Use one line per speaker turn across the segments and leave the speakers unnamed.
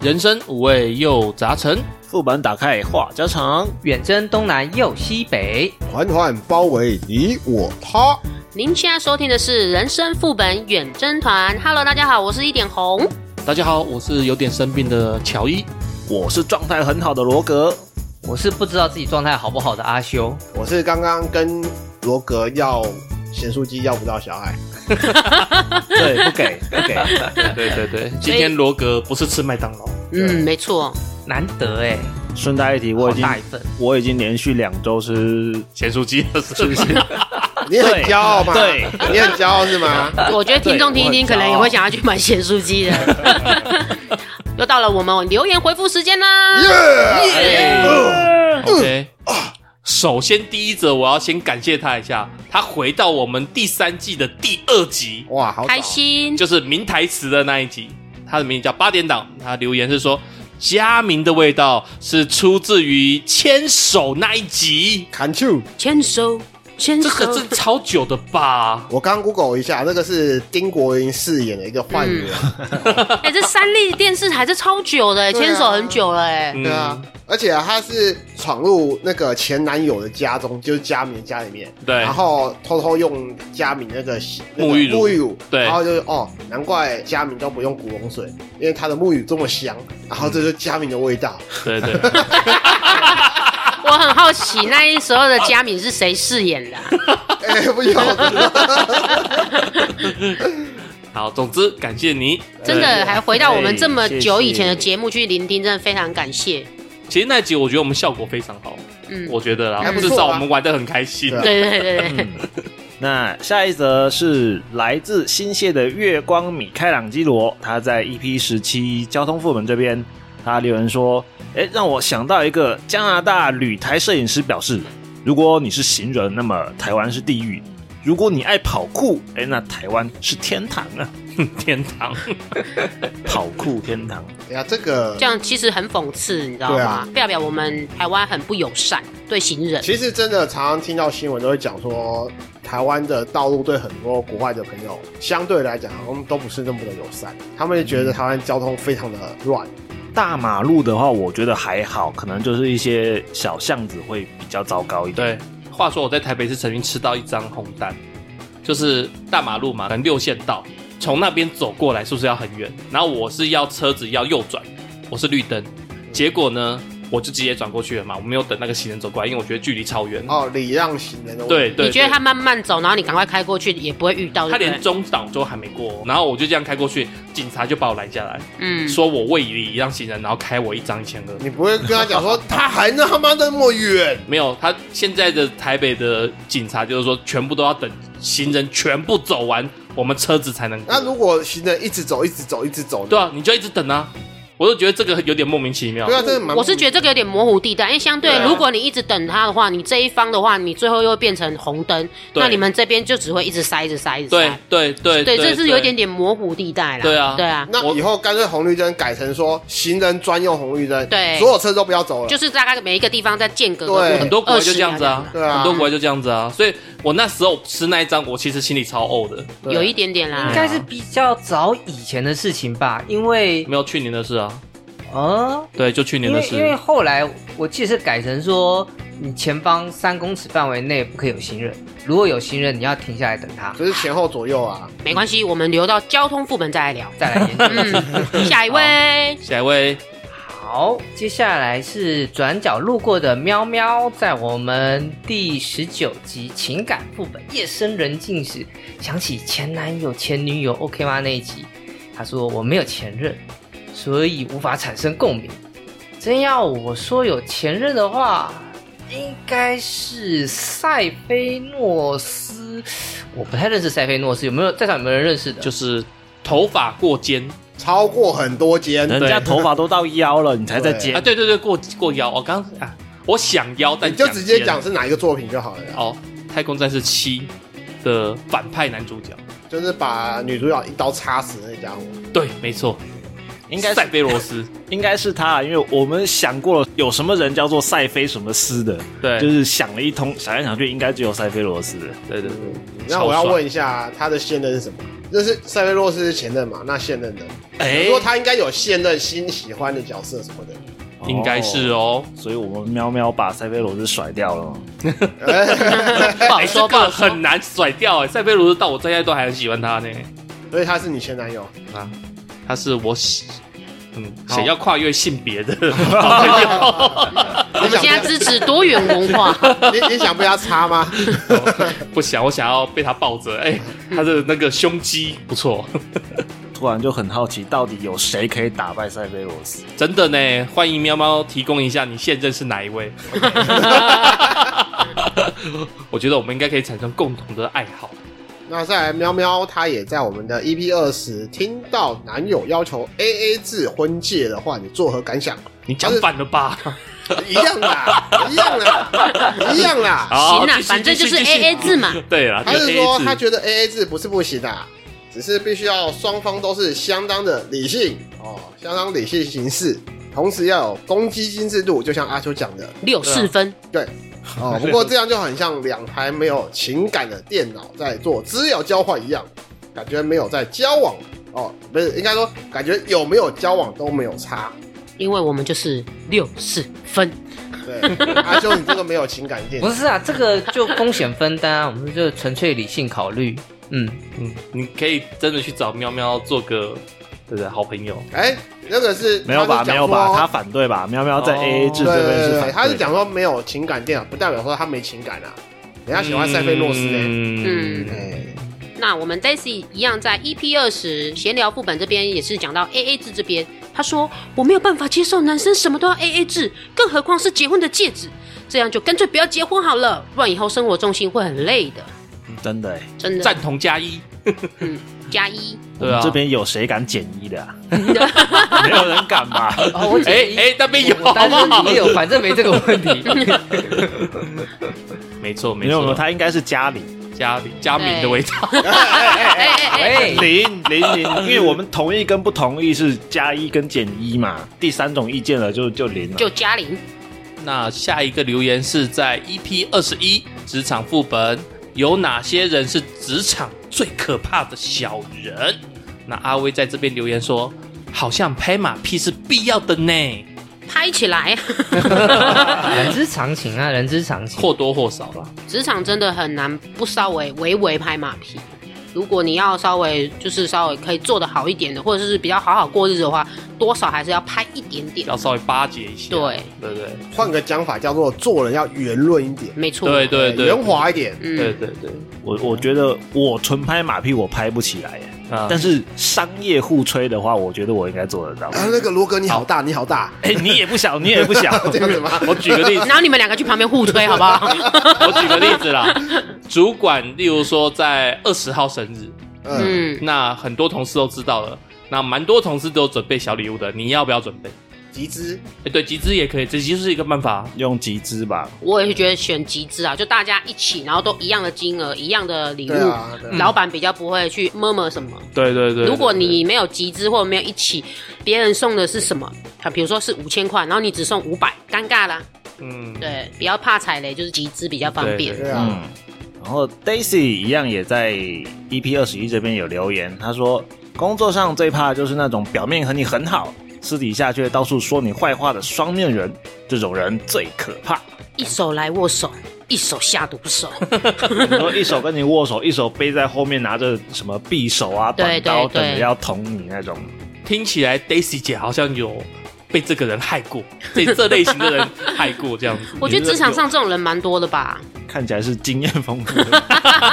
人生五味又杂陈，
副本打开话家常，
远征东南又西北，
环环包围你我他。
您现在收听的是《人生副本远征团》。Hello，大家好，我是一点红。
大家好，我是有点生病的乔伊。
我是状态很好的罗 格，
我是不知道自己状态好不好的阿修。
我是刚刚跟罗格要咸酥鸡要不到小孩，
对，不给不 给，
对对 对，今天罗格不是吃麦当劳，
嗯，没错，
难得哎，
顺带一提，我
好
已经
大一份，
我已经连续两周吃，
咸酥鸡了，是不是？
你很
对
骄傲吗？
对，
你很骄傲是吗？
我觉得听众听一听，
我很
可能
骄
也
傲
会想要去买咸酥鸡的。 又到了我们留言回复时间啦！
耶！
哎 OK，首先第一则，我要先感谢他一下，他回到我们第三季的第二集，
哇，好早啊
开！心，
就是名台词的那一集，他的名字叫八点档，他留言是说。佳明的味道是出自于牵手那一集，
砍球！
牵手，牵
这
手，
个是超久的吧？
我刚 Google 一下，那个是丁国云饰演的一个坏女人，
哎，这三立电视台这超久的，
对啊
牵手很久了，哎，
嗯
对啊，而且啊她是闯入那个前男友的家中，就是佳明的家里面，
对
然后偷偷用佳明那个洗那个
沐浴乳
沐浴乳，
对
然后就是哦，难怪佳明都不用古龙水，因为他的沐浴乳这么香，然后这就是佳明的味道。
对对，
我很好奇那一时候的佳敏是谁饰演的啊？
哎、不要，
好，总之感谢你。
真
对，
的还回到我们这么
谢谢
久以前的节目去聆听，真的非常感谢。
其实那集我觉得我们效果非常好，
嗯，
我觉得啦，
还不
至
错
少
啊
我们玩的很开心。
对
对对对对，
嗯那下一则是来自新泻的月光米开朗基罗，他在 EP 十七交通副本这边，他留言说：“哎、让我想到一个加拿大旅台摄影师表示，如果你是行人，那么台湾是地狱；如果你爱跑酷，哎、那台湾是天堂啊，
天堂，
跑酷天堂。
哎呀，这个
这样其实很讽刺，你知道
对
吗
啊？
代表我们台湾很不友善对行人。
其实真的常常听到新闻都会讲说，台湾的道路对很多国外的朋友相对来讲，好像都不是那么的友善，他们也觉得台湾交通非常的乱。
大马路的话，我觉得还好，可能就是一些小巷子会比较糟糕一点。
对，话说我在台北市曾经吃到一张红单，就是大马路嘛，可能六线道，从那边走过来是不是要很远？然后我是要车子要右转，我是绿灯，结果呢，我就直接转过去了嘛，我没有等那个行人走过来，因为我觉得距离超远。
哦，礼让行人的
嗯
问
对
题，
对，
你觉得
对
他慢慢走，然后你赶快开过去，也不会遇到。
他
对不
连
对
中岛都还没过，然后我就这样开过去，警察就把我拦下来，
嗯，
说我未礼让行人，然后开我一张一千二。
你不会跟他讲说他还那他妈的那么远，
没有，他现在的台北的警察就是说，全部都要等行人全部走完，我们车子才能过。
那如果行人一直走一直走一 直走呢，
对啊，你就一直等啊。我就觉得这个有点莫名其妙
对。啊，真的蛮
我是觉得这个有点模糊地带，因为相对
对啊
如果你一直等他的话，你这一方的话，你最后又会变成红灯，
对
那你们这边就只会一直塞，一直塞，一直
对
塞。
对对
对，这是有一点点模糊地带啦。
对啊
对啊，
那
我
以后干脆红绿灯改成说行人专用红绿灯，
对
所有车都不要走了，
就是大概每一个地方在间隔个
对
很多国家就这样子啊，
20
对啊
很多国家就这样子啊。所以我那时候吃那一张，我其实心里超呕的，
对
有一点点啦
应。该是比较早以前的事情吧，因为
没有去年的事啊。
呃，
对，就去年
因
的
为
事
因。为后来我记得是改成说，你前方三公尺范围内不可以有行人，如果有行人，你要停下来等他，
就是前后左右啊，
没关系，我们留到交通副本再来聊。
再来研究。
嗯，下一位，
下一位，
好，接下来是转角路过的喵喵，在我们第十九集情感副本夜深人静时，想起前男友、前女友 OK 吗那一集，他说我没有前任，所以无法产生共鸣。真要我说有前任的话，应该是塞菲诺斯，我不太认识塞菲诺斯，有没有在场有没有人认识的？
就是头发过肩
超过很多间，
人家头发都到腰了，你才在接
啊，对对对，过过腰。我刚啊，我想腰，但
你就直接
肩
讲是哪一个作品就好了。
哦，《太空战士七》的反派男主角，
就是把女主角一刀插死那家伙。
对，没错，
应该是
塞贝罗 斯，
应该是他，因为我们想过了，有什么人叫做塞菲什么斯的，
对，
就是想了一通，想来想去，应该只有塞菲罗斯。
对对对，
那我要问一下，他的现任是什么？就是塞维洛斯是前任嘛，那现任的，
哎
如果他应该有现任新喜欢的角色什么的。
应该是 哦。
所以我们喵喵把塞菲罗斯甩掉了嘛。
哎
不好
说
哎这
不
个
好说
很难甩掉哎。塞菲卢斯到我现在都还很喜欢他呢。
所以他是你前男友，
啊，他是我喜，嗯，想要跨越性别的 好朋友。
我们现在支持多元文化，
你你想被他插吗？
不想，我想要被他抱着。 哎、他的那个胸肌不错，
突然就很好奇，到底有谁可以打败塞菲罗斯？
真的呢。欢迎喵喵提供一下你现任是哪一 位。我觉得我们应该可以产生共同的爱好。
那再来，喵喵，他也在我们的 EP 二十听到男友要求 AA 制婚戒的话，你作何感想？
你讲反了吧？
一样啦，一样啦，一样啦。
好
行啦
继，续
反正就是
继续
A A 制嘛。
对啦，
他是说他
得
觉得 AA 制不是不行啊，只是必须要双方都是相当的理性哦，相当理性行事，同时要有公积金制度，就像阿秋讲的
六四分，
哦。不过这样就很像两台没有情感的电脑在做资料交换一样，感觉没有在交往哦，不是应该说感觉有没有交往都没有差。
因为我们就是六四分，
对， 阿秋，你这个没有情感电
不
脑，
是啊，这个就风险分担啊，我们就纯粹理性考虑。嗯，
嗯，你可以真的去找喵喵做个对不对好朋友。
哎、那个是
没有吧？
他是讲
没有吧？
说
他反对吧？喵喵在
哦
AA 制
对
这边
对
是
对
反
对
对
对，
的
他是讲说没有情感电脑，不代表说他没情感啊。人家喜欢塞菲诺斯呢、
嗯
嗯
哎
那我们这次一样在 EP 二十闲聊副本这边也是讲到 A A 制这边，他说我没有办法接受男生什么都要 A A 制，更何况是结婚的戒指，这样就干脆不要结婚好了，不然以后生活重心会很累的，
真的、欸。
真的。
赞同加一，
加一，
对啊，
这边有谁敢减一的、啊？ 没有人敢吧？
哦，我
哎哎那边有
我单
好不好
身也有，反正没这个问题。
没错没
没有，
错，
他应该是家里
加加冕的味道，
哎哎哎，
哎，
零零零，因为我们同意跟不同意是加一跟减一嘛，第三种意见了就就零了。
就加零，
那下一个留言是在 EP 二十一职场副本，有哪些人是职场最可怕的小人？那阿威在这边留言说，好像拍马屁是必要的呢，
拍起来。
人之常情啊，人之常情。
或多或少啦。
职场真的很难不稍微微微拍马屁。如果你要稍微就是稍微可以做得好一点的，或者是比较好好过日子的话，多少还是要拍一点点。
要稍微巴结一下，
对
对对
换个讲法叫做做人要圆润一点，
没错，
对对对，
圆滑一点。
嗯，
对对对，
我我觉得我纯拍马屁我拍不起来耶，
啊
但是商业互吹的话，我觉得我应该做得到。
然啊后那个罗格你好大，你好大，
哎、你也不小，你也不 小，
这样子吗？
我举个例子， 啊
然后你们两个去旁边互推，好不 好？
我举个例子啦，主管例如说在二十号生日，
嗯，
嗯，
那很多同事都知道了，那蛮多同事都有准备小礼物的，你要不要准备？
集资
哎，对，集资也可以，这就是一个办法。啊
用集资吧。
我也是觉得选集资啊，就大家一起，然后都一样的金额，一样的礼物，
对啊，对啊
老板比较不会去摸摸什么。
对对对
如果你没有集资或没有一起，别人送的是什么？啊，比如说是五千块，然后你只送五百，尴尬啦。
嗯，
对，不要怕踩雷，就是集资比较方便。
对
对啊，
嗯，然后 Daisy 一样也在 EP 二十一这边有留言，他说工作上最怕就是那种表面和你很好，私底下却到处说你坏话的双面人，这种人最可 怕。
一手来握手，一手下毒 手。
你说一手跟你握手，一手背在后面拿着什么匕首啊、短
对
刀，
对对
等着要捅你那种。
听起来 Daisy 姐好像有被这个人害过，这这类型的人害过这样子。
我觉得职场上这种人蛮多的吧？
看起来是经验丰富 的。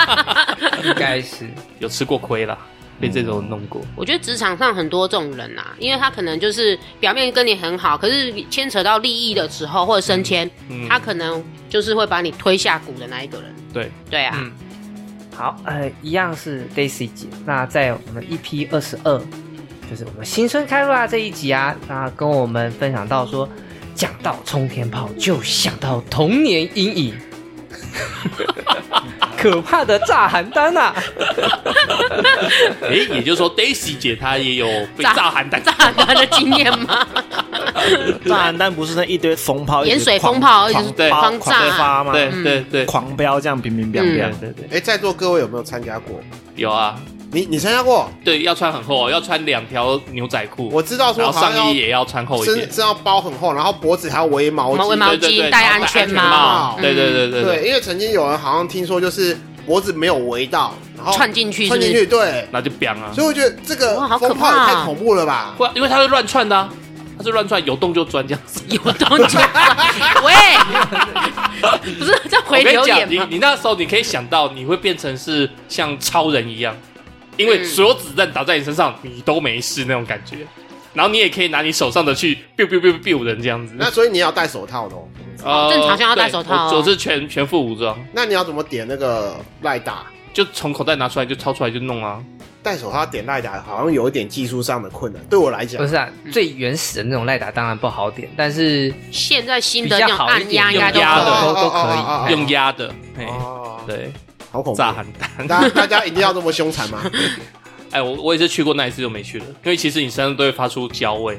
应该是
有吃过亏啦，被这种弄过。
我觉得职场上很多这种人啊，因为他可能就是表面跟你很好，可是牵扯到利益的时候或者升迁，
嗯
他可能就是会把你推下谷的那一个人。
对，
对啊，
嗯，
好，呃，一样是 Daisy 姐。那在我们 EP 二十二，就是我们新春开路啊这一集啊，那跟我们分享到说，讲到冲天炮就想到童年阴影， 可怕的炸邯郸啊！
诶，也就是说 Daisy 姐她也有被
炸
炸 邯郸
炸邯郸的经验吗？
炸弹不是那一堆风炮，
盐水
一直狂
风炮
狂
一直
对
狂
狂炸
狂发吗？
对
嗯
对对，
狂飙这样乒乒乓
对
乓。
对对，
哎，在座各位有没有参加过？
有啊，
你你参加过？
对，要穿很厚哦，要穿两条牛仔裤，
我知道说
然后
好像
上
要
衣也要穿厚一
身
点，
身上包很厚，然后脖子还要围毛
我
巾。
们围毛
对对
巾，
对
戴
然后
安
戴
全
安全
帽
帽，
嗯
对对对对
对，因为曾经有人好像听说就是脖子没有围到，然后
串进去是
穿
不
进
是？
去，对。
那就 b 啊
所，以我觉得这个
哇好可
风炮也
怕
太恐怖了吧！
不然，因为它会乱窜的、啊，它是乱窜，有洞就钻这样 子。
有东西，喂， 不是在回
我跟
留
你
言
讲，你
吗？
你那时候你可以想到，你会变成是像超人一样，因
嗯
为所有子弹打在你身上，你都没事那种感觉。然后你也可以拿你手上的去 biu biu biu biu 人这样子。
那所以你要戴手套的哦。
呃
正常像要戴手套哦
对我我是全全副武装，
那你要怎么点那个赖打？
就从口袋拿出来就掏出来就弄啊。
戴手套点赖打好像有一点技术上的困难，对我来 讲
不，是啊，最原始的那种赖打当然不好点，但是
现在新
比
的那
较
种
好一
按压
点
应该都
用压
好
的
都都
哦哦哦
可
哦
以
用压的，嘿
哦，
对，
好恐怖！
炸
大
邯郸。
家 大家一定要这么凶残吗？
哎，我我也是去过那一次就没去了，因为其实你身上都会发出焦 味。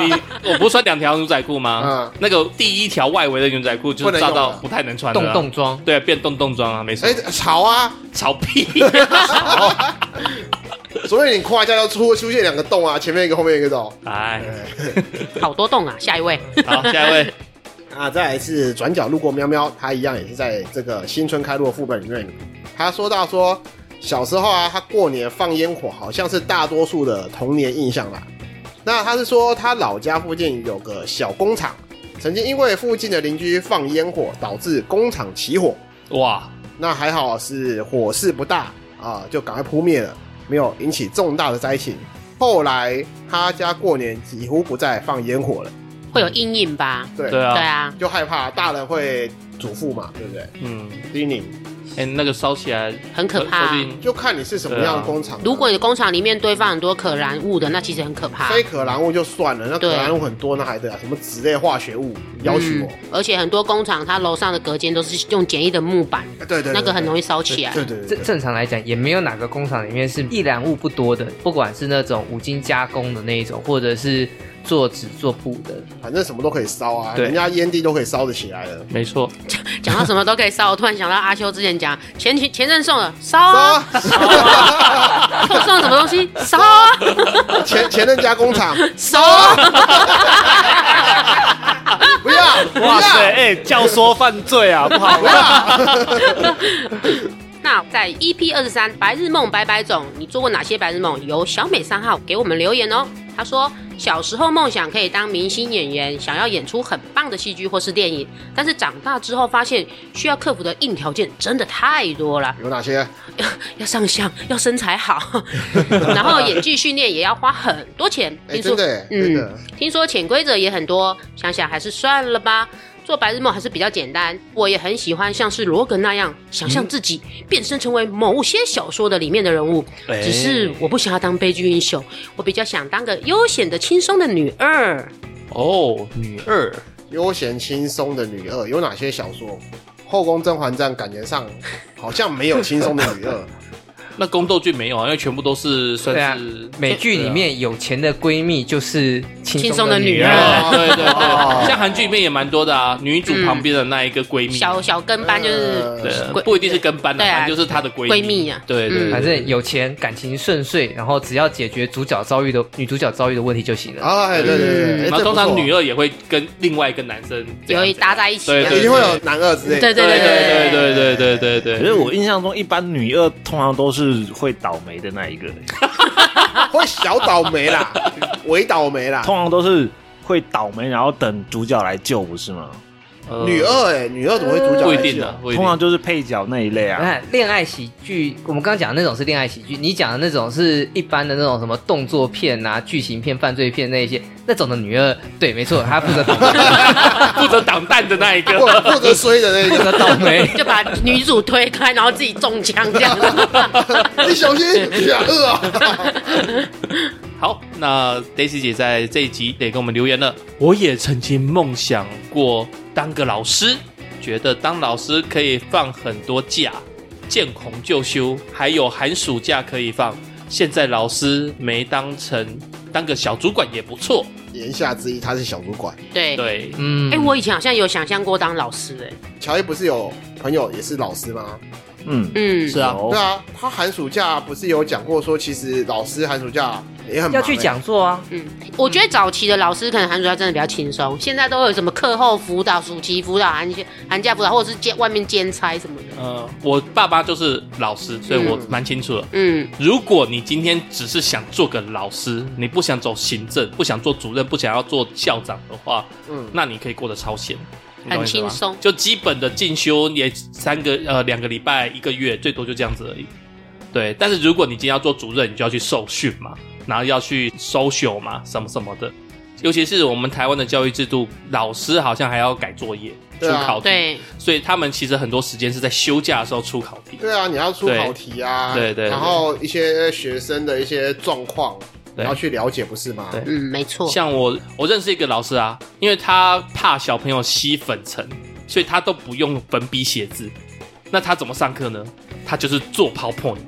你我不是穿两条牛仔裤吗？
嗯
那个第一条外围的牛仔裤就
不
是
能
炸
用
到
了
不太能穿了啊、
洞洞装。
对，变洞洞装啊，没错
哎，，吵啊！
草 屁。
所以你胯下要出出现两个洞啊，前面一个，后面一个洞。
哎，
好多洞啊！下一位，
好，下一 位，
啊，再来是转角路过喵喵，他一样也是在这个新春开路的副本里面，他说到说小时候啊，他过年放烟火，好像是大多数的童年印象啦。那他是说他老家附近有个小工厂，曾经因为附近的邻居放烟火，导致工厂起火，
哇，
那还好是火势不大啊，就赶快扑灭了，没有引起重大的灾情。后来他家过年几乎不再放烟火了，
会有阴影吧？
对
对
对
啊，
啊，
就害怕大人会嘱咐嘛，对不对？
嗯，
叮咛，
哎，那个烧起来呃
很可
说
怕
不定
就看你是什么样的工厂、
啊如果你的工厂里面堆放很多可燃物的，那其实很可怕。
非可燃物就算了，那
对
可燃物很多，那还得了？啊什么酯类化学物要求哦
嗯
我？
而且很多工厂它楼上的隔间都是用简易的木 板，
哎对对，
那个很容
易
易烧起来。
对对对
正
对，
正常来讲，也没有哪个工厂里面是易燃物不多的，不管是那种五金加工的那一种，或者是做纸做布的，
反正什么都可以烧啊，
对
人家烟蒂都可以烧得起来了。
没错，
讲到什么都可以烧，我突然想到阿修之前讲前前前任送的烧啊，
烧，啊
我 送什么东西烧啊
前前任家工厂，
烧啊，
不要，不
哇塞，
要，
哎、教唆犯罪啊，不好
不要，
那在 EP 二十三白日梦白白种，你做过哪些白日梦？由小美三号给我们留言哦。她说小时候梦想可以当明星演员，想要演出很棒的戏剧或是电影，但是长大之后发现需要克服的硬条件真的太多了。
有哪些？
要上相，要身材好， 然后演技训练也要花很多钱。
哎，真的，哎
嗯
真的，
听说潜规则也很多，想想还是算了吧。做白日梦还是比较简单，我也很喜欢像是罗格那样，想象自己变身成为某些小说的里面的人物。只是我不想要当悲剧英雄，我比较想当个悠闲的、轻松的女二。
哦，女二，
悠闲轻松的女二有哪些小说？后宫甄嬛传感觉上好像没有轻松的女 二，
那宫斗剧没有啊，因为全部都是
对啊
算是，
美剧里面有钱的闺蜜就是轻
轻松的女
女
人
哦 对对
哦
对，像韩剧里面也蛮多的啊，女主旁边的那一个闺蜜，
小小跟班就是
呃
对，
闺
不一定是跟班的，
对啊
反正就是她的闺
闺蜜啊
对对
嗯
对，
反正有钱，感情顺遂，然后只要解决主角遭遇的女主角遭遇的问题就行
啊
了。
哎，对对对，哎
然后嗯
这不
通常
错
女二也会跟另外一个男生这样
嗯有一
子
搭在一起。
对
哎一定会有男二之类的。
对对
对
对
对对对对对对
可
对
是我印象中，一般女二通常都是会倒霉的那 一个，
会小倒霉啦， 微倒霉啦。
通常都是会倒霉，然后等主角来救，不是吗？
呃
女二哎、女二怎么会主角来救？
不一定哎啊，不一
通常
定。
就是配角那一类
你
啊。
看恋爱喜剧，我们刚刚讲的那种是恋爱喜剧，你讲的那种是一般的那种什么动作片啊、剧情片、犯罪片那一些那种的女二，对，没错，她负责倒霉，
负责挡弹的那一
或
个，
或者衰的那
负责
个，
倒霉。
就把女主推开，然后自己中枪这样子。
你小心，你啊饿啊！
好，那 Daisy 姐在这一集得给我们留言了。我也曾经梦想过当个老师，觉得当老师可以放很多假，见红就休，还有寒暑假可以放。现在老师没当成，当个小主管也不错。
言下之意他是小主管。
对，
对，
嗯，
哎、我以前好像有想象过当老师、哎，
乔伊不是有朋友也是老师吗？
嗯，
嗯，
是啊，
有
对啊，他寒暑假不是有讲过说，其实老师寒暑假也很
要
忙、
去讲座啊，
嗯，我觉得早期的老师可能寒暑假真的比较轻松，现在都有什么课后辅导、暑期辅导、寒假寒假辅导，或者是兼外面兼差什么的。
呃，我爸爸就是老师，所以我
嗯
蛮清楚的。
嗯，
如果你今天只是想做个老师，你不想走行政，不想做主任，不想要做校长的话，
欸，嗯，
那你可以过得超闲，你懂
很
我意思吗
轻松
就基本的进修也三个呃两个礼拜一个月，最多就这样子而已。对，但是如果你今天要做主任，你就要去受训嘛，然后要去 social 嘛，什么什么的。尤其是我们台湾的教育制度，老师好像还要改作业、出
对啊
考题，
对，
所以他们其实很多时间是在休假的时候出考题。
对啊，你要出考题啊，
对对对对
然后一些学生的一些状况，你
对
要去了解，不是吗？
对
嗯，没错，
像我，我认识一个老师啊，因为他怕小朋友吸粉尘，所以他都不用粉笔写字。那他怎么上课呢？他就是做 PowerPoint，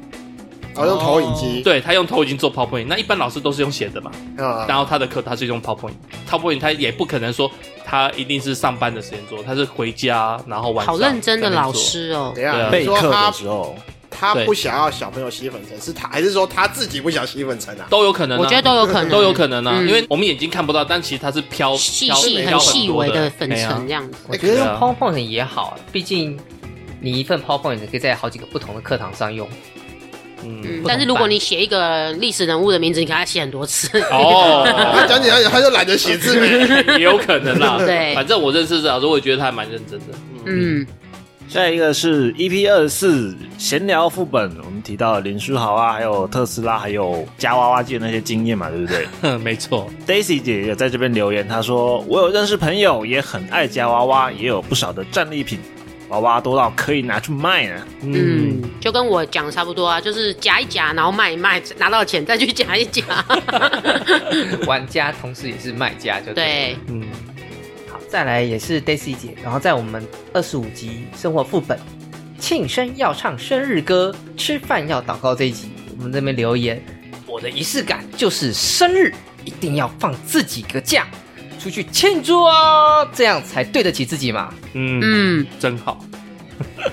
然后用投影机，
对他用头已经做 PowerPoint。那一般老师都是用写的嘛，
啊，
然后他的课他是用 PowerPoint，PowerPoint 他也不可能说他一定是上班的时间做，他是回家然后晚上
好认真的
在那边
老
做。
师哦、
等一下，
对啊
你
备
说
课
他
的时候，
他
对
不想要小朋友吸粉尘，是他还是说他自己不想吸粉尘啊？
都有可能、啊，
我觉得都有可能，
都有可能啊，
嗯
因为我们眼睛看不到，但其实它是飘
细
飘
细
飘
很细
多
微的
的
粉
哎呀
尘这样子。
我觉得用
对啊
PowerPoint 也好，毕竟你一份 PowerPoint 可以在好几个不同的课堂上 用。
嗯，
嗯，
不
但是
同
如果
版
你写一个历史人物的名字，你给他写很多次，
他
哦，
讲解讲解，他就懒得写字呗。
也有可能啦。
对
反正我认识这老师，我也觉得他还蛮认真的。
嗯，
下一个是 EP 二四闲聊副本，我们提到林书豪啊，还有特斯拉，还有夹娃娃机的那些经验嘛，对 不对？
哼，没错，
Daisy 姐也在这边留言，她说：“我有认识朋友也很爱夹娃娃，也有不少的战利品，娃娃多到可以拿去卖啊呢。
嗯，就跟我讲的差不多啊，就是夹一夹，然后卖一卖，拿到钱再去夹 一夹。
玩家同时也是卖家，就对
对，
嗯，
好，再来也是 Daisy 姐，然后在我们二十五集生活副本，庆生要唱生日歌，吃饭要祷告这一集，我们这边留言，我的仪式感就是生日一定要放自己个假，出去庆祝哦，这样才对得起自己嘛。
嗯
嗯，
真好。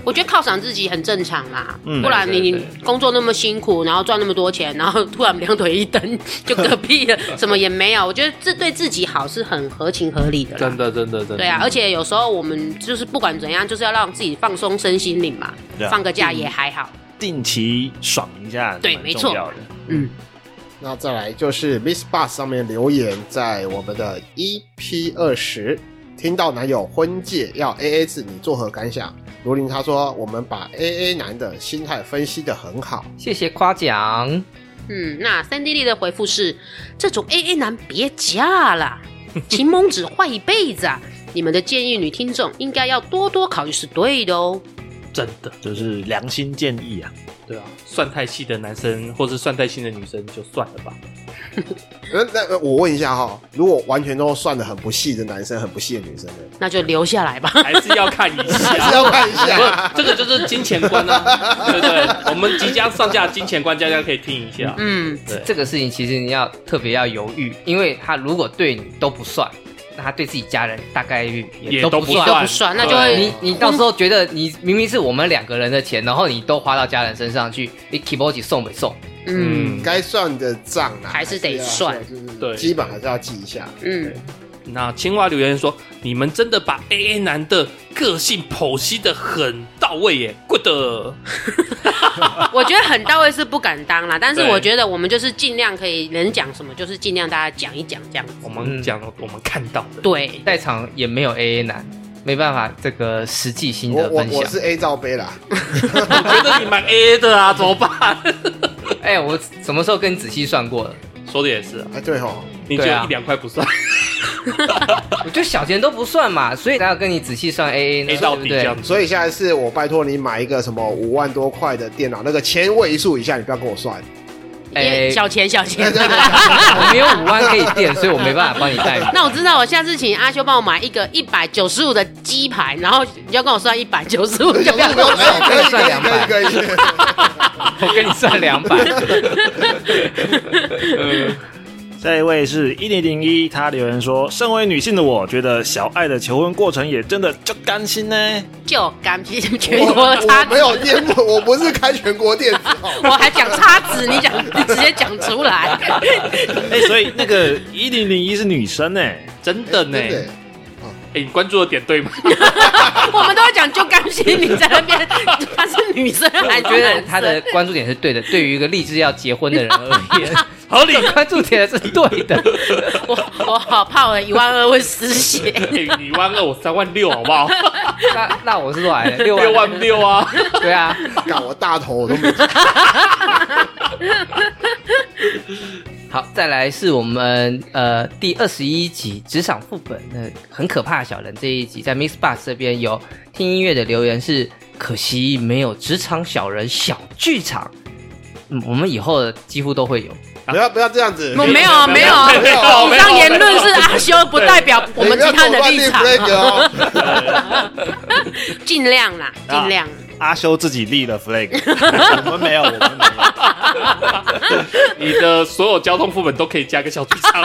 我觉得犒赏自己很正常啦，
嗯
不然
对对
你
对
工作那么辛苦，然后赚那么多钱，然后突然两腿一蹬就嗝屁了，什么也没有。我觉得这对自己好是很合情合理的啦
真。的，真的，真的。
对啊，而且有时候我们就是不管怎样，就是要让自己放松身心灵嘛
对，啊
放个假也还好。
定期爽一下，
对
蛮重要的。
嗯，
那再来就是 Miss Bus 上面留言，在我们的 EP 二十，听到男友婚戒要 AA 制，你作何感想？卢林他说，我们把 AA 男的心态分析的很好，
谢谢夸奖，
嗯，那三 D 力的回复是：这种 AA 男别嫁啦，秦蒙只坏一辈子啊！你们的建议，女听众应该要多多考虑，是对的哦。
真的，
就是良心建议啊。
对啊，算太细的男生或是算太细的女生就算了吧。
那那那我问一下哈、如果完全都算的很不细的男生，很不细的女生呢？
那就留下来吧。
还是要看一下，
还是要看一下
不是这个就是金钱观啊，对不对？我们即将上架的金钱观，大家可以听一下。
嗯，
对
这个事情其实你要特别要犹豫，因为他如果对你都不算，那他对自己家人大概率
也
都
都
不
不
算。
都不算那就会嗯
对
你你到时候觉得你明明是我们两个人的钱，然后你都花到家人身上去，你 k i b o j i 送没送？
嗯
嗯，
该算的账啊，
还是得
要
算
就是
对
基本还是要记一下。
嗯，
那青蛙留言说：“你们真的把 A A 男的个性剖析的很到位耶，good。
我觉得很到位是不敢当啦，但是
对
我觉得我们就是尽量可以能讲什么，就是尽量大家讲一讲这样子”。
我们讲我们看到的，
对，
在场也没有 AA 男，没办法这个实际心
我
得
我
分享
我。是 A 罩杯啦，
我觉得你蛮 A A 的啊，怎么办？
哎、我什么时候跟你仔细算 过了？
说的也是啊，
哎对吼，
你觉
对
得
啊
一两块不算
我就小钱都不算嘛，所以哪有跟你仔细算 AA 呢？
，A 到
对
底
不
这
对？
样子。
所以现在是我拜托你买一个什么五万多块的电脑，那个千位数以下你不要跟我算。
哎
也小钱小钱。
我没有五万可以垫，所以我没办法帮你代 买。
那我知道，我下次请阿修帮我买一个一百九十五的鸡排，然后你就跟我算一百九十五，就不要跟我
哎可以
算两百
可以可以可以。
我跟你算两百。
下一位是一零零一，他留言说：“身为女性的我，觉得小爱的求婚过程也真的就甘心呢。
就干皮全
我
国
我
差
没有念，我不是开全国电子哦。
我还讲叉子，你讲你直接讲出来。
哎，所以那个一零零一是女生呢。
真的呢。
真的
哎
耶、
你关注的点对吗？
我们都会讲就干心，你在那边她是女生还
我
是
觉得
男
他的
生
关注点是对的，对于一个立志要结婚的人而 言，
合理。
关注点是对的。
我我好怕我一万二会失血。
哎你一万二，我三万六，好不好？
那那我是多少来的？六
六
万？
万六啊！
对啊，
干我大头我都 没，
好，再来是我们呃第二十一集职场副本的很可怕的小人这一集，在 Mix Box 这边有听音乐的留言是可惜没有职场小人小剧场，嗯，我们以后几乎都会有。
不要不要这样子。
我没有啊没有，
没有，
以
没
上
有
言论是阿修，不代表我们其他人的立场
你。不要走乱立 flag 哦
啊
尽量啦，尽量。”
阿修自己立了 flag，我们没有，我们没有。
你的所有交通副本都可以加个小剧场。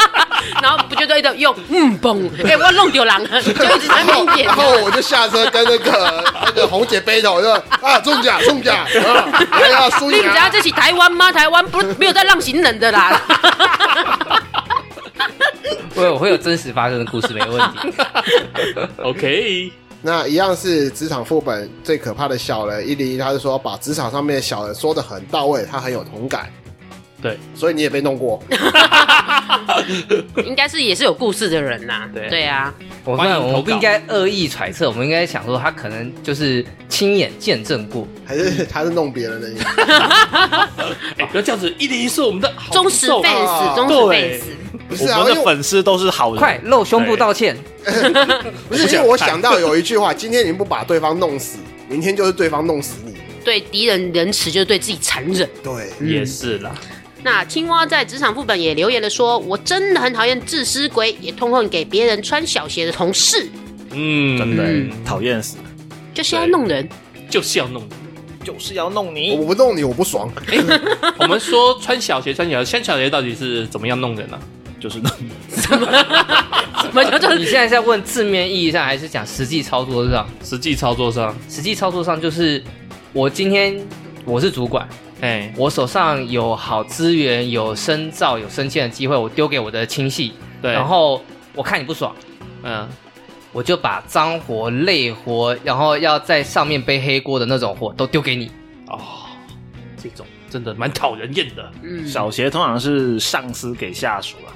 然后不就对的用嗯嘣，哎、我弄丢狼了，就一直在
然
那
后
边点
然。后我就下车跟那个那个红姐 battle，就啊中奖中奖，啊 哎呀输
你
赢
们知道
啊，
这是台湾吗？台湾不没有在让行人 的啦。
会我会有真实发生的故事，没问题。
OK，
那一样是职场副本最可怕的小人一零一，他是说把职场上面的小人说的很到位，他很有同感，
对，
所以你也被弄过，
应该是也是有故事的人啦。
对
对啊，
我
欢迎
们
投
我们
稿
不应该恶意揣测，我们应该想说他可能就是亲眼见证过。
还是 他是弄别人的，
哎、不要这样子，一零一是我们的好啊
忠实
受
fans，忠实
对
fans。
不是啊，
我
因
们
为
的
我
粉丝都是好人。
快露胸部道歉，
不是因为我想到有一句话， 今天你不把对方弄死，明天就是对方弄死你，
对敌人仁慈就是对自己残忍。
对，
嗯
也是啦，
那青蛙在职场副本也留言了说，我真的很讨厌自私鬼，也痛恨给别人穿小鞋的同事，
嗯，
真的
嗯
讨厌死，
就是要弄人。
就是要弄。
就是要弄
我
你。
不弄你我不爽，
哎、我们说穿小鞋，穿小鞋，穿小鞋到底是怎么样弄人呢、
就是弄
什么叫做
啊你现在是在问字面意义上，还是讲实际操作上？
实际操作上，
实际操作上就是，我今天我是主管，
哎、
我手上有好资源、有深造、有升迁的机会，我丢给我的亲戚，
对，
然后我看你不爽，
嗯，
我就把脏活、累活，然后要在上面背黑锅的那种活都丢给你。
哦，这种真的蛮讨人厌的。
嗯
小鞋，通常是上司给下属啊，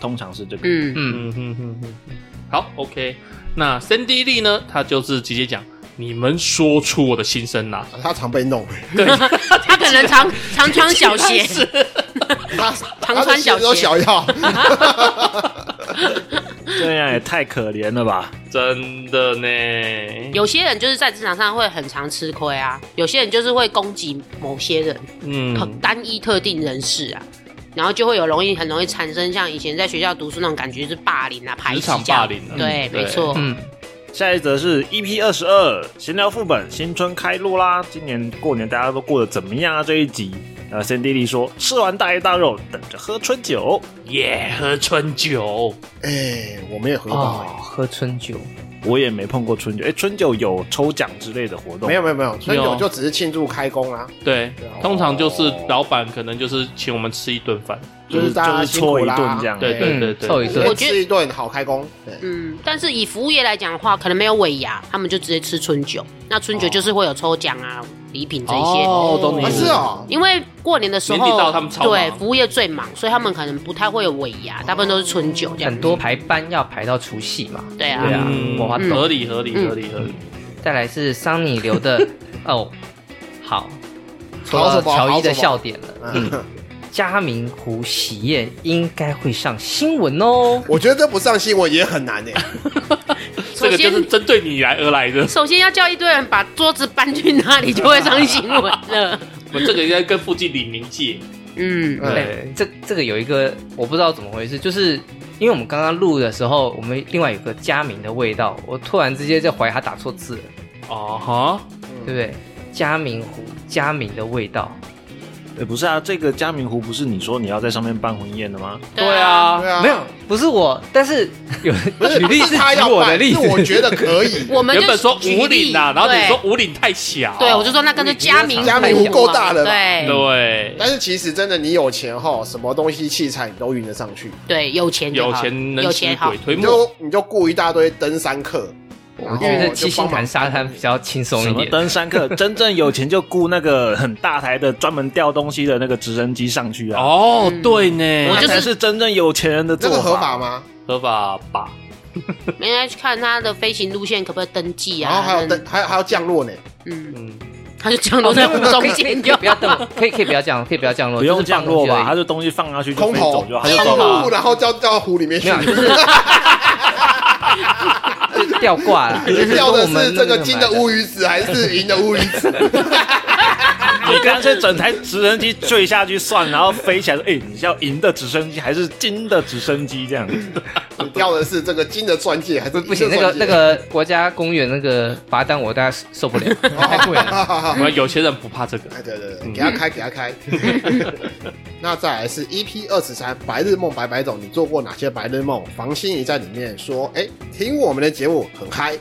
通常是这个。
嗯，
嗯，
嗯哼哼哼，好，OK。那 Cindy Lee 呢，他就是直接讲，你们说出我的心声啦。
他常 被弄。
他可能常常穿小鞋，
他
常穿小
他的鞋
鞋
都小 药，
这样也太可怜了吧？
真的呢，
有些人就是在职场上会很常吃亏啊，有些人就是会攻击某些人，很
嗯，
单一特定人士啊，然后就会有容易很容易产生像以前在学校读书那种感觉，就是霸凌啊、排
职
挤这
场
样、
霸凌啊
对，
嗯对
没错，
嗯，
下一则是 EP 二十二闲聊副本，新春开录啦！今年过年大家都过得怎么样啊？这一集，呃，Cindy Lee 说吃完大鱼大肉，等着喝春酒。
耶、喝春酒，
哎、我们也喝到、哎
哦，喝春酒，
我也没碰过春酒，哎，春酒有抽奖之类的活动？
没有没有没有，春
有
酒就只是庆祝开工啊，
对，通常就是
哦
老板可能就是请我们吃一顿饭，
就
就是是大家
就是
辛苦
搓一
啦
顿这样。
对对
嗯
对对，
凑一顿
我
先
觉得
吃一顿好开工。对，
嗯，但是以服务业来讲的话，可能没有尾牙，他们就直接吃春酒。那春酒就是会有抽奖啊、礼品这一些。
哦，懂你
啊
意思
是，哦，
因为过年的时候，
年底到他们超忙
对服务业最忙，所以他们可能不太会有尾牙，大部分都是春酒这样。
很多排班要排到除夕嘛。
对啊，
对啊，
嗯我懂
合理合理
嗯
合理合理，
再来是桑尼留 的哦，好，说
好
到
什么
乔伊的
好什么
笑点了。
嗯，
嘉明湖喜宴应该会上新闻哦。
我觉得这不上新闻也很难欸 诶、
这个就是针对你来而来的。
首先要叫一堆人把桌子搬去那里，就会上新闻 了。
我们这个应该跟附近李明借，
嗯，
对
对，哎这这个有一个我不知道怎么回事，就是因为我们刚刚录的时候，我们另外有个嘉明的味道，我突然之间就怀疑他打错字了，
嗯
哦哈，
对不对？嘉明湖嘉明的味道，
哎，不是啊，这个嘉明湖不是你说你要在上面办婚宴的吗？
对，啊，
对啊，
没有，不是我，但是有
不是
举例
不
是
是他
举
要
我的
办
例
是
子，
我觉得可以。
我们就
原本说
举例
五岭呐，然后你
对
说五岭太小，
对，哦我就说那干脆嘉明
嘉明
湖
湖够大了吧
对
对，
但是其实真的，你有钱哈，什么东西器材你都运得上去，
对，有钱就
有
好
钱能
有
使
钱好
鬼，推
你
磨，
就你就雇一大堆登山客，
我觉
然
得
后
七
就
星
帮忙
潭沙滩比较轻松
什
一
么
点。
登山客，真正有钱就雇那个很大台的专门吊东西的那个直升机上去啊。
哦，对
嗯我
呢
就，
那才是真正有钱人的
这
做
个合
法
法吗？
合法吧？
人家去看他的飞行路线可不可以登记啊？
然后还有
那
登，还有还有降落呢。
嗯，
嗯，
他就降落在湖中间就
不要动，可以可以不要降，可以不要降落，
不用
就是放
降落
过去而
吧？
已
他就东西放下去就
空
飞
投
走就好，他就
空
走
投，
了。
然后掉掉湖里面去。
就是吊挂 啦， 就是
掉
跟
的
我
是
们
这
那
个金的乌鱼子还是银的乌鱼子？
你干脆整台直升机坠下去算，然后飞起来说：“哎、你是要银的直升机还是金的直升机？” 这样
你掉的是这个金的钻戒还是
不不行，
银的
那个
钻戒
那，个国家公园那个罚单我大概受不 了，太贵了。
我们有些人不怕这 个，
哎对对
嗯
对，给他开给 他开。那再来是 EP 二十三白日梦白白种，你做过哪些白日梦？房心怡在里面说，哎、听我们的节目很嗨，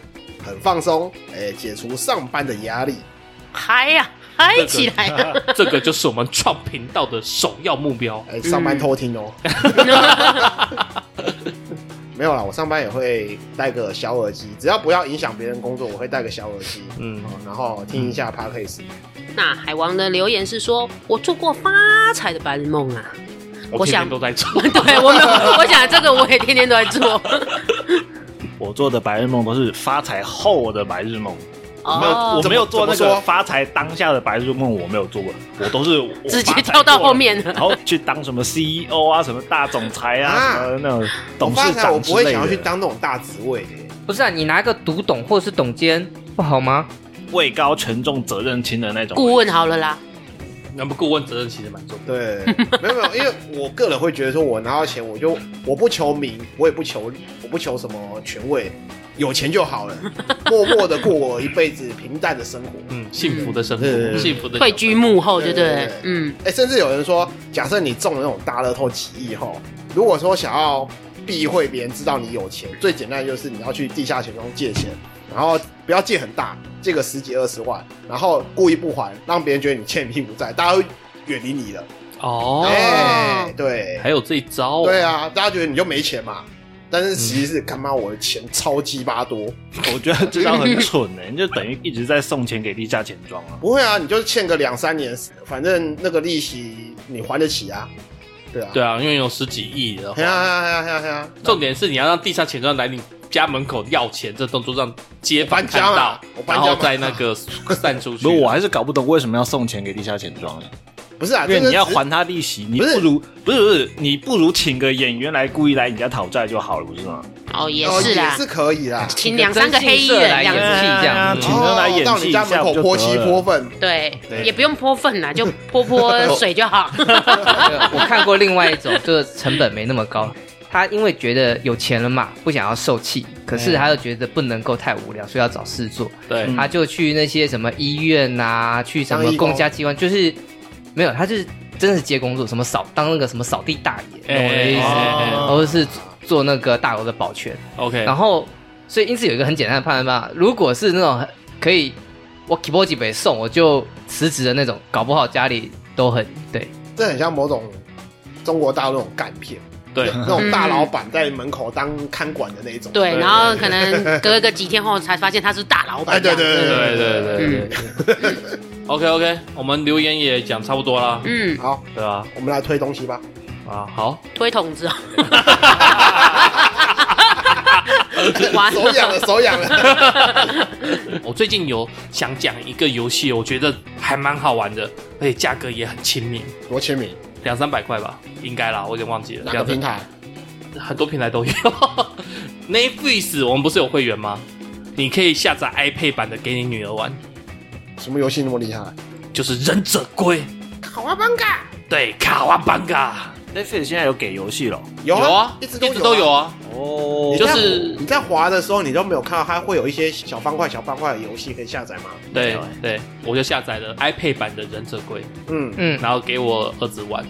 很放松，哎、解除上班的压力。
嗨呀嗨起来啊了，
这个就是我们创频道的首要目标。
哎、上班偷听哦、
嗯
没有啦，我上班也会戴个小耳机，只要不要影响别人工作，我会戴个小耳机，
嗯，
哦然后听一下
嗯
podcast。
那海王的留言是说：“我做过发财的白日梦啊！
我天
想
天都在做，
对我没有，我想这个我也天天都在做。
我做的白日梦都是发财后的白日梦，没有，
哦
我，没有做那
怎么
个
说
发财当下的白日梦，我没有做过，我都是 我
直接
发财
跳到
过了
后面了
然后去当什么 CEO 啊，什么大总裁啊，
啊
什么那种董
我发
事
财我
长
不
之
会
类的。
想要去当那种大职位的、
不是啊，你拿个独董或者是董监不好吗？
位高权重、责任轻的那种
顾问好了啦，
那么顾问责任其实蛮重要。
对，没有没有，因为我个人会觉得说，我拿到钱，我就我不求名，我也不求，我不求什么权位，有钱就好了，默默的过我一辈子平淡的生活。
嗯，幸福的生
对对
活，
对
幸福的
退居幕后，对不
对对
对
对？
嗯，
哎、甚至有人说，假设你中了那种大乐透几亿后，如果说想要避讳别人知道你有钱，最简单的就是你要去地下钱庄借钱，然后不要借很大，借个十几二十万，然后故意不还，让别人觉得你欠屁股债，大家会远离你了。
哦，
哎、对，
还有这一招，
对，啊，大家觉得你就没钱嘛，但是其实是干嘛？我的钱超鸡巴多，
我觉得这招很蠢欸 呢、你就等于一直在送钱给地下钱庄啊。
不会啊，你就欠个两三年，反正那个利息你还得起啊，对啊，
对啊，因为有十几亿的
嘿啊
话，
嘿啊嘿啊嘿啊嘿啊，
重点是你要让地下钱庄来你家门口要钱，这动作让街坊
搬家
看
嘛
到
我，搬
然
家嘛
后再那个 散出去。啊
啊
不，我还是搞不懂为什么要送钱给地下钱庄、欸，
不是啊，
因为
这个
你要
只
还他利息，你
不是
不如不是不是，你不如请个演员来故意来你家讨债就好了，不是吗？
哦，也
哦
是啦
也，是可以 啦。
请两三个黑衣人，两
演
个
戏这样
啊
嗯
请他来演
哦到
戏
你
一
家
下
门
不就
口泼
得
漆
了
泼粪，
对，也不用泼粪啦，就泼泼水就好。
对我看过另外一种，这个成本没那么高。他因为觉得有钱了嘛，不想要受气，可是他又觉得不能够太无聊，所以要找事做。
对，
他就去那些什么医院呐、去什么
当义工
公家机关，就是没有，他就是真的是接工作，什么扫当那个什么扫地大爷，懂我的意思？
哎哎
哎
或者是做那个大楼的保全。
OK，
然后，所以因此有一个很简单的判断方法，如果是那种可以我 k i b o j i 北送，我就辞职的那种，搞不好家里都很对。
这很像某种中国大陆那种干片，
对，
那种大老板在门口当看管的那一种。
对，然后可能隔个几天后才发现他是大老
哎，
板这
对
样子。嗯
对
对对
对对对。OK OK，我们留言也讲差不多啦，
嗯，
好，
对啊，
我们来推东西吧。
啊好，
推筒 子哦。完
手痒了，手痒了。
我最近有想讲一个游戏，我觉得还蛮好玩的，而且价格也很亲民，
罗千明，
两三百块吧，应该啦，我有点忘记了。
哪个
两
平
三
台？
很多平台都有。Netflix 我们不是有会员吗？你可以下载 iPad 版的给你女儿玩，
什么游戏那么厉害？
就是《忍者龟》。
卡哇邦嘎
对，卡哇班嘎
Netflix 现在有给游戏了，
有
有啊，
一直
一直都有
啊。
啊。
哦
你
就
在
是
你在滑的时候，你都没有看到它会有一些小方块、小方块的游戏可以下载吗？
对对，我就下载了 iPad 版的忍者龟，
嗯，
嗯，
然后给我儿子玩。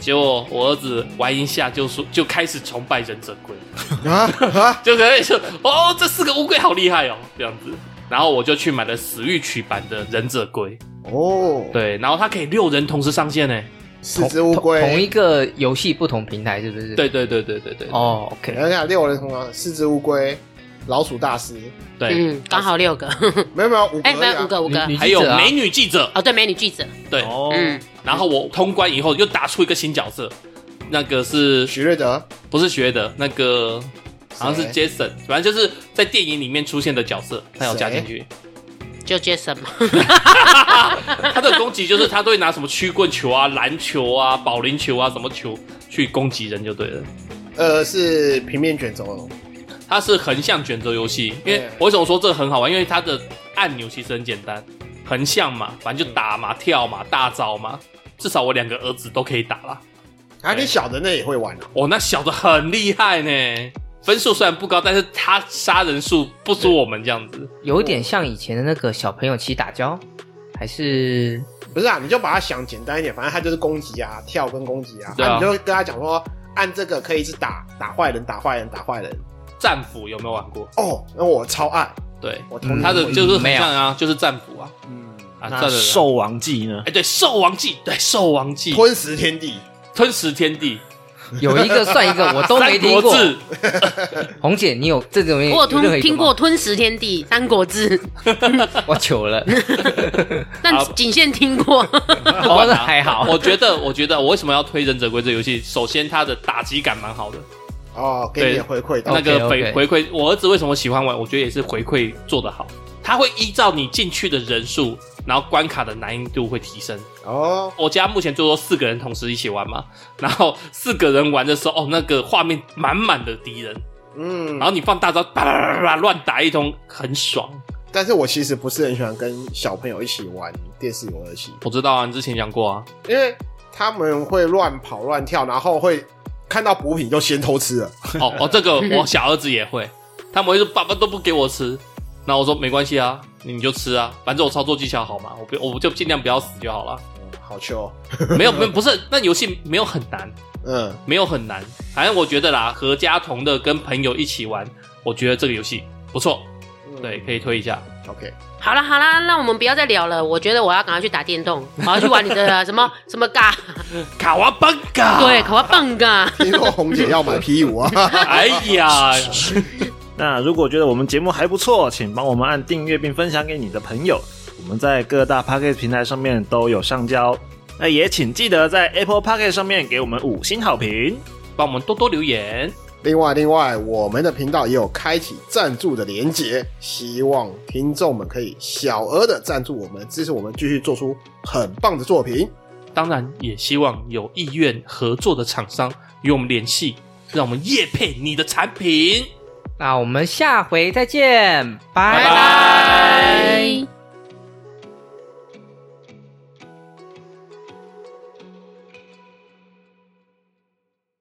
结果我儿子玩一下就说就开始崇拜忍者龟，
啊啊，
就可以说哦，这四个乌龟好厉害哦，这样子。然后我就去买了死域曲版的忍者龟，
哦，
对，然后它可以六人同时上线呢。
四只乌
同同
龟，
一个游戏不同平台是不是？
对对对对对对，
哦
你
，OK，
看看六人同行，四只乌龟，老鼠大师，
对，
嗯，刚好六个，
没有没有五个而
哎，
哎已啊，
没有五个五个
你，你
还有
记者啊
美女记者，
哦，对，美女记者，
对，
哦，
嗯，
然后我通关以后又打出一个新角色，那个是
许瑞德，
不是学的？那个好像是 Jason，反正就是在电影里面出现的角色，他有加进去。
就 Jason 嘛，
他的攻击就是他都会拿什么曲棍球啊、篮球啊、保龄球啊什么球去攻击人就对了。
呃，是平面卷轴，
它是横向卷轴游戏，因为
对
我为什么说这个很好玩？因为它的按钮其实很简单，横向嘛，反正就打嘛、跳嘛、大招嘛，至少我两个儿子都可以打啦。
啊，你小的那也会玩啊？
哦，那小的很厉害呢，分数虽然不高，但是他杀人数不输我们这样子。
有点像以前的那个小朋友骑打跤，还是
不是啊，你就把它想简单一点，反正它就是攻击啊，跳跟攻击啊，
对啊
你就跟他讲说，按这个可以一直打打坏人，打坏人，打坏人。
战斧有没有玩过？
哦，那我超爱，
对，
我同意
他的就是
没
很
有
像啊，就是战斧啊
嗯，
啊，战的
那兽王记呢
哎、？对，兽王记，对，兽王记，
吞食天地，
吞食天地，
有一个算一个，我都没
三
听
国
过。
志，
红姐，你有这种
我有
有任何
吞
一个
听
吗
过《吞食天地》《三国志》，
我 糗了，
好
但仅限听过。
哦，那还好。
啊我觉得，我觉得我为什么要推《忍者龟》这游戏？首先，它的打击感蛮好的，
哦，给你点回馈到
那个
OK，OK
回回馈，我儿子为什么喜欢玩？我觉得也是回馈做得好，他会依照你进去的人数，然后关卡的难易度会提升。
哦，
我家目前最多四个人同时一起玩嘛，然后四个人玩的时候，哦，那个画面满满的敌人，
嗯
然，后你放大招，叭叭叭叭叭乱打一通，很爽。
但是我其实不是很喜欢跟小朋友一起玩电视游戏，
我知道啊，你之前讲过啊，
因为他们会乱跑乱跳，然后会看到补品就先偷吃了。
哦哦，这个我小儿子也会，他们会说爸爸都不给我吃，那我说没关系啊，你就吃啊，反正我操作技巧好嘛，我不我就尽量不要死就好了。
嗯好糗哦，
没有没有不是，那游戏没有很难，
嗯，
没有很难，反正我觉得啦，合家同乐跟朋友一起玩，我觉得这个游戏不错，对，可以推一下。
，OK，
好了好了，那我们不要再聊了。我觉得我要赶快去打电动，我要去玩你的什么什 么嘎，
卡哇邦嘎，
对，口味棒嘎。
听说红姐要买 P 五啊，
哎呀，
那如果觉得我们节目还不错，请帮我们按订阅并分享给你的朋友。我们在各大 p o c k e t 平台上面都有上交，那也请记得在 Apple p o c k e t 上面给我们五星好评。
帮我们多多留言，
另外，另外，我们的频道也有开启赞助的连结，希望听众们可以小额的赞助我们，支持我们继续做出很棒的作品。
当然也希望有意愿合作的厂商与我们联系，让我们业配你的产品。
那我们下回再见，拜
拜拜